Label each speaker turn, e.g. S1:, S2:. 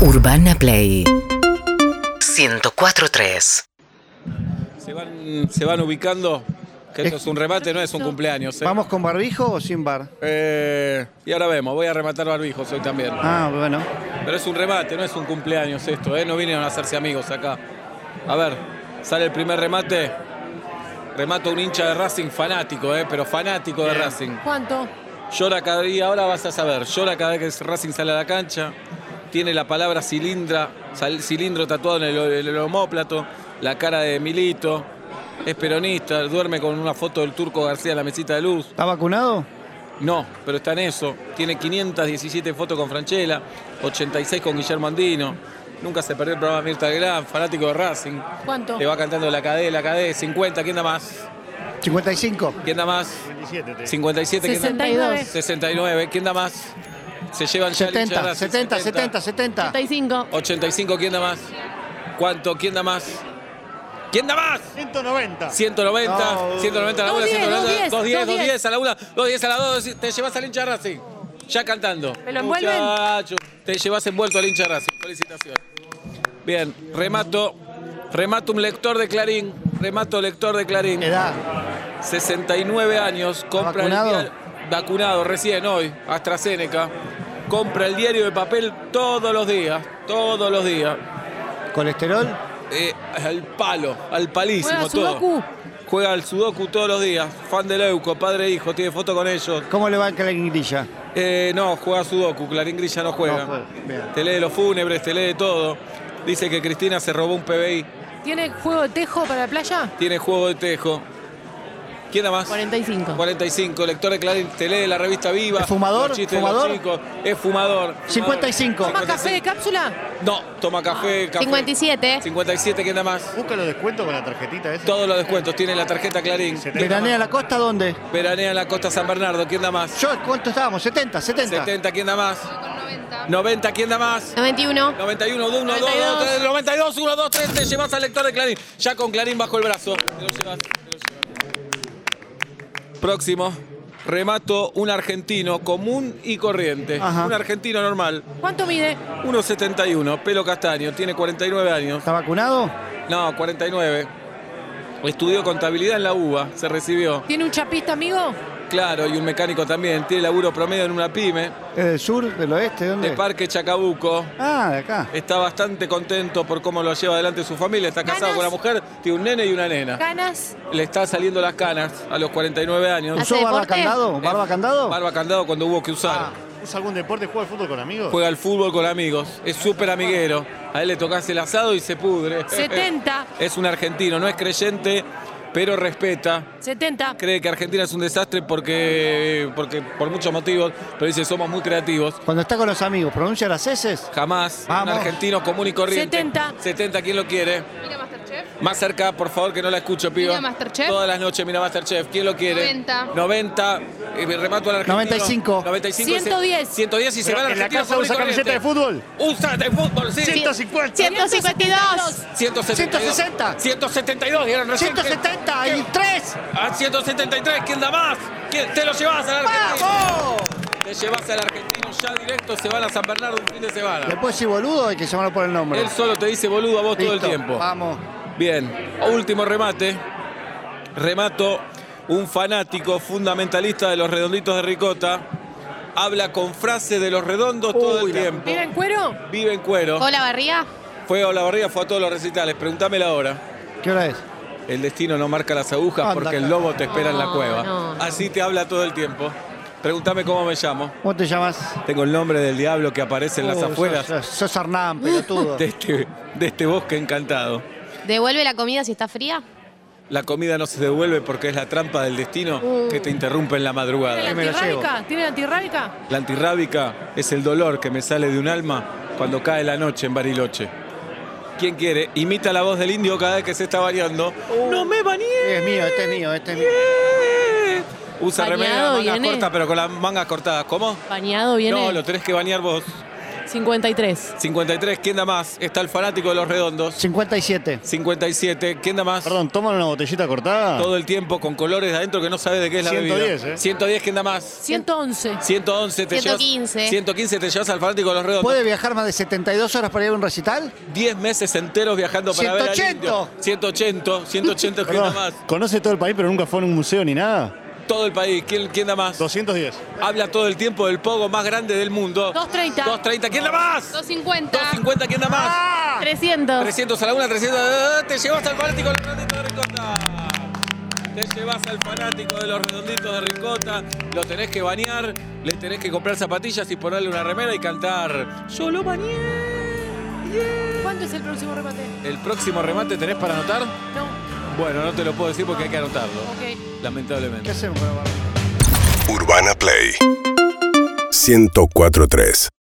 S1: Urbana Play 104.3
S2: Se van, se van ubicando que esto es un remate, no es un cumpleaños. ¿eh?
S3: ¿Vamos con barbijo o sin bar?
S2: Eh, y ahora vemos, voy a rematar barbijos hoy también.
S3: Ah, bueno.
S2: Pero es un remate, no es un cumpleaños esto, ¿eh? No vinieron a hacerse amigos acá. A ver, sale el primer remate. Remata un hincha de Racing fanático, ¿eh? Pero fanático de Racing.
S4: ¿Cuánto?
S2: Llora cada día, ahora vas a saber. Llora cada vez que Racing sale a la cancha. Tiene la palabra cilindra, sal- cilindro tatuado en el, o- en el homóplato. La cara de Milito. Es peronista, duerme con una foto del turco García en la mesita de luz.
S3: ¿Está vacunado?
S2: No, pero está en eso. Tiene 517 fotos con Franchella, 86 con Guillermo Andino. Nunca se perdió el programa Mirta Gran, fanático de Racing.
S4: ¿Cuánto?
S2: Le va cantando la cadena, la cadena, 50, ¿quién da más?
S3: 55.
S2: ¿Quién da más? 57, 57 ¿quién da
S4: 62.
S2: 69, ¿quién da más? Se llevan ya el hincha de
S3: 70,
S2: Racing,
S3: 70, 70, 70.
S4: 35.
S2: 85, ¿quién da más? ¿Cuánto? ¿Quién da más? ¿Quién da más?
S5: 190.
S2: 190,
S3: No. uh.
S2: 190 a la 1,
S4: 210,
S2: 190, 210,
S4: 210,
S2: 210 a la 1, 210 a la 2, te llevas al hincha de Racing. Ya cantando.
S4: ¿Me lo envuelven?
S2: Muchacho, te llevas envuelto al hincha de Racing. Felicitaciones. Bien, remato. Remato un lector de Clarín. Remato lector de Clarín.
S3: Edad.
S2: 69 años. Compra el
S3: ¿Vacunado?
S2: diario- Vacunado, recién hoy. AstraZeneca. Compra el diario de papel todos los días. Todos los días.
S3: Colesterol.
S2: Eh, al palo, al palísimo
S4: Juega
S2: todo.
S4: sudoku.
S2: Juega al sudoku todos los días. Fan del Euco, padre e hijo, tiene foto con ellos.
S3: ¿Cómo le va en la grilla?
S2: Eh, no, juega sudoku, Clarín Grilla no juega.
S3: No juega, bien.
S2: Te lee los fúnebres, te lee todo. Dice que Cristina se robó un PBI,
S4: ¿Tiene juego de tejo para la playa?
S2: tiene juego de tejo. ¿Quién da más?
S4: 45.
S2: 45, lector de Clarín, te lee la revista Viva.
S3: ¿Es fumador?
S2: los chistes de los
S3: ¿Fumador?
S2: chicos. Es fumador.
S3: 55.
S4: ¿Más café de cápsula?
S2: No, toma café, café.
S6: 57.
S2: 57, ¿quién da más?
S5: Busca los descuentos con la tarjetita esa.
S2: Todos los descuentos, tiene la tarjeta Clarín.
S3: ¿Veranea la costa dónde?
S2: Veranea en la costa San Bernardo, ¿quién da más?
S3: Yo, ¿cuánto estábamos? 70, 70.
S2: 70, ¿quién da más? 90, ¿quién da más?
S6: 91.
S2: 91, 1, 2, 2, 3, 92, 1, 2, 3, te llevas al lector de Clarín. Ya con Clarín bajo el brazo. Te lo llevas, te lo llevas. Próximo. Remato un argentino común y corriente.
S3: Ajá.
S2: Un argentino normal.
S4: ¿Cuánto mide?
S2: 1,71, pelo castaño, tiene 49 años.
S3: ¿Está vacunado?
S2: No, 49. Estudió contabilidad en la UBA, se recibió.
S4: ¿Tiene un chapista, amigo?
S2: Claro, y un mecánico también. Tiene laburo promedio en una pyme.
S3: ¿Es del sur, del oeste? ¿Dónde?
S2: De Parque Chacabuco.
S3: Ah, de acá.
S2: Está bastante contento por cómo lo lleva adelante su familia. Está casado
S4: ¿Canas?
S2: con una mujer, tiene un nene y una nena.
S4: ¿Ganas?
S2: Le está saliendo las canas a los 49 años.
S6: ¿Hace
S3: ¿Usó barba
S6: deporte?
S3: candado? ¿Barba
S2: Eh,
S3: candado?
S2: Barba candado cuando hubo que usar.
S5: Ah, ¿Usa algún deporte? ¿Juega al fútbol con amigos?
S2: Juega al fútbol con amigos. Es súper amiguero. A él le tocas el asado y se pudre.
S4: 70.
S2: es un argentino, no es creyente, pero respeta.
S4: 70.
S2: Cree que Argentina es un desastre porque, porque por muchos motivos, pero dice somos muy creativos.
S3: Cuando está con los amigos, ¿pronuncia las heces?
S2: Jamás.
S3: Vamos.
S2: Un argentino común y corriente.
S4: 70.
S2: 70, ¿quién lo quiere?
S6: Mira Masterchef.
S2: Más cerca, por favor, que no la escucho, piba.
S6: Mira Masterchef.
S2: Todas las noches mira Masterchef. ¿Quién lo quiere?
S6: 90.
S2: 90. eh, remato al argentino.
S3: 95.
S2: 95. y se-
S4: 110.
S2: 110 y se
S5: Pero
S2: va al
S5: ¿En la
S2: argentino.
S5: casa usa camiseta de fútbol?
S2: Usa de fútbol, sí.
S4: pues.
S5: 150.
S6: 152.
S2: 172.
S3: 160.
S2: 172, dieron recién. que- Ah,
S3: 170
S2: que-
S3: y 3.
S2: A 173, ¿quién da más? ¿Quién- Te lo llevas al argentino.
S3: ¡Vamos!
S2: Te llevas al argentino ya directo, se van a San Bernardo un fin de semana.
S3: Después si boludo hay que llamarlo por el nombre.
S2: Él solo te dice boludo a vos todo el
S3: Listo,
S2: tiempo.
S3: Vamos.
S2: Bien, último remate. Remato, un fanático fundamentalista de los redonditos de Ricota. Habla con frases de los redondos todo el
S3: Uy, la-
S2: tiempo.
S4: ¿Vive en cuero?
S2: Vive en cuero.
S6: Hola Barría.
S2: Fue a la barriga, fue a todos los recitales. Pregúntame la hora.
S3: ¿Qué hora es?
S2: El destino no marca las agujas
S3: Anda
S2: porque
S3: acá.
S2: el lobo te espera en la
S6: No,
S2: cueva.
S6: no, no.
S2: Así te habla todo el tiempo. Pregúntame cómo me llamo.
S3: ¿Cómo te llamas?
S2: Tengo el nombre del diablo que aparece en las
S3: Oh,
S2: afueras
S3: Sos, sos Hernán, pelotudo.
S2: de este, de este bosque encantado.
S6: ¿Devuelve la comida si está fría?
S2: La comida no se devuelve porque es la trampa del destino que te interrumpe en la madrugada.
S4: ¿Tiene
S3: me
S4: la
S3: lo llevo.
S4: antirrábica? ¿Tiene la antirrábica?
S2: La antirrábica es el dolor que me sale de un alma cuando cae la noche en Bariloche. ¿Quién quiere? Imita la voz del indio cada vez que se está variando.
S6: Uh.
S2: ¡No me bañé!
S3: es mío, este es mío, este es mío.
S2: Usa
S6: Bañado
S2: remera, mangas
S6: viene.
S2: cortas, pero con las mangas cortadas. ¿Cómo?
S6: Bañado viene.
S2: No, lo tenés que bañar vos.
S4: 53.
S2: 53, ¿quién da más? Está el fanático de los redondos.
S3: 57.
S2: 57, ¿quién da más?
S5: Perdón, toman una botellita cortada.
S2: Todo el tiempo con colores de adentro que no sabe de qué es la
S5: 110,
S2: bebida.
S5: ¿eh?
S2: 110, ¿quién da más?
S4: 111.
S2: 111 te
S6: 115.
S2: llevas. 115 te llevas al fanático de los redondos.
S3: ¿Puede viajar más de 72 horas para ir a un recital?
S2: 10 meses enteros viajando para ver al
S3: 180.
S2: indio. 180, 180 ¿quién da
S5: Perdón,
S2: más?
S5: conoce todo el país, pero nunca fue a un museo ni nada.
S2: Todo el país, ¿quién, quién da más?
S5: 210.
S2: Habla todo el tiempo del pogo más grande del mundo.
S4: 230.
S2: 230, ¿quién da más?
S6: 250.
S2: 250, ¿quién da más?
S4: 300.
S2: 300 a la una, 300. ¡Ah! Te llevas al fanático de los redonditos de ricota. Te llevas al fanático de los redonditos de ricota. Lo tenés que bañar, le tenés que comprar zapatillas y ponerle una remera y cantar. Yo lo bañé.
S4: ¿Cuándo es el próximo remate?
S2: El próximo remate tenés para anotar.
S4: No.
S2: Bueno, no te lo puedo decir porque hay que anotarlo.
S4: Ok.
S3: ¿Qué
S2: Lamentablemente.
S3: hacemos con la barra?
S1: Urbana Play 1043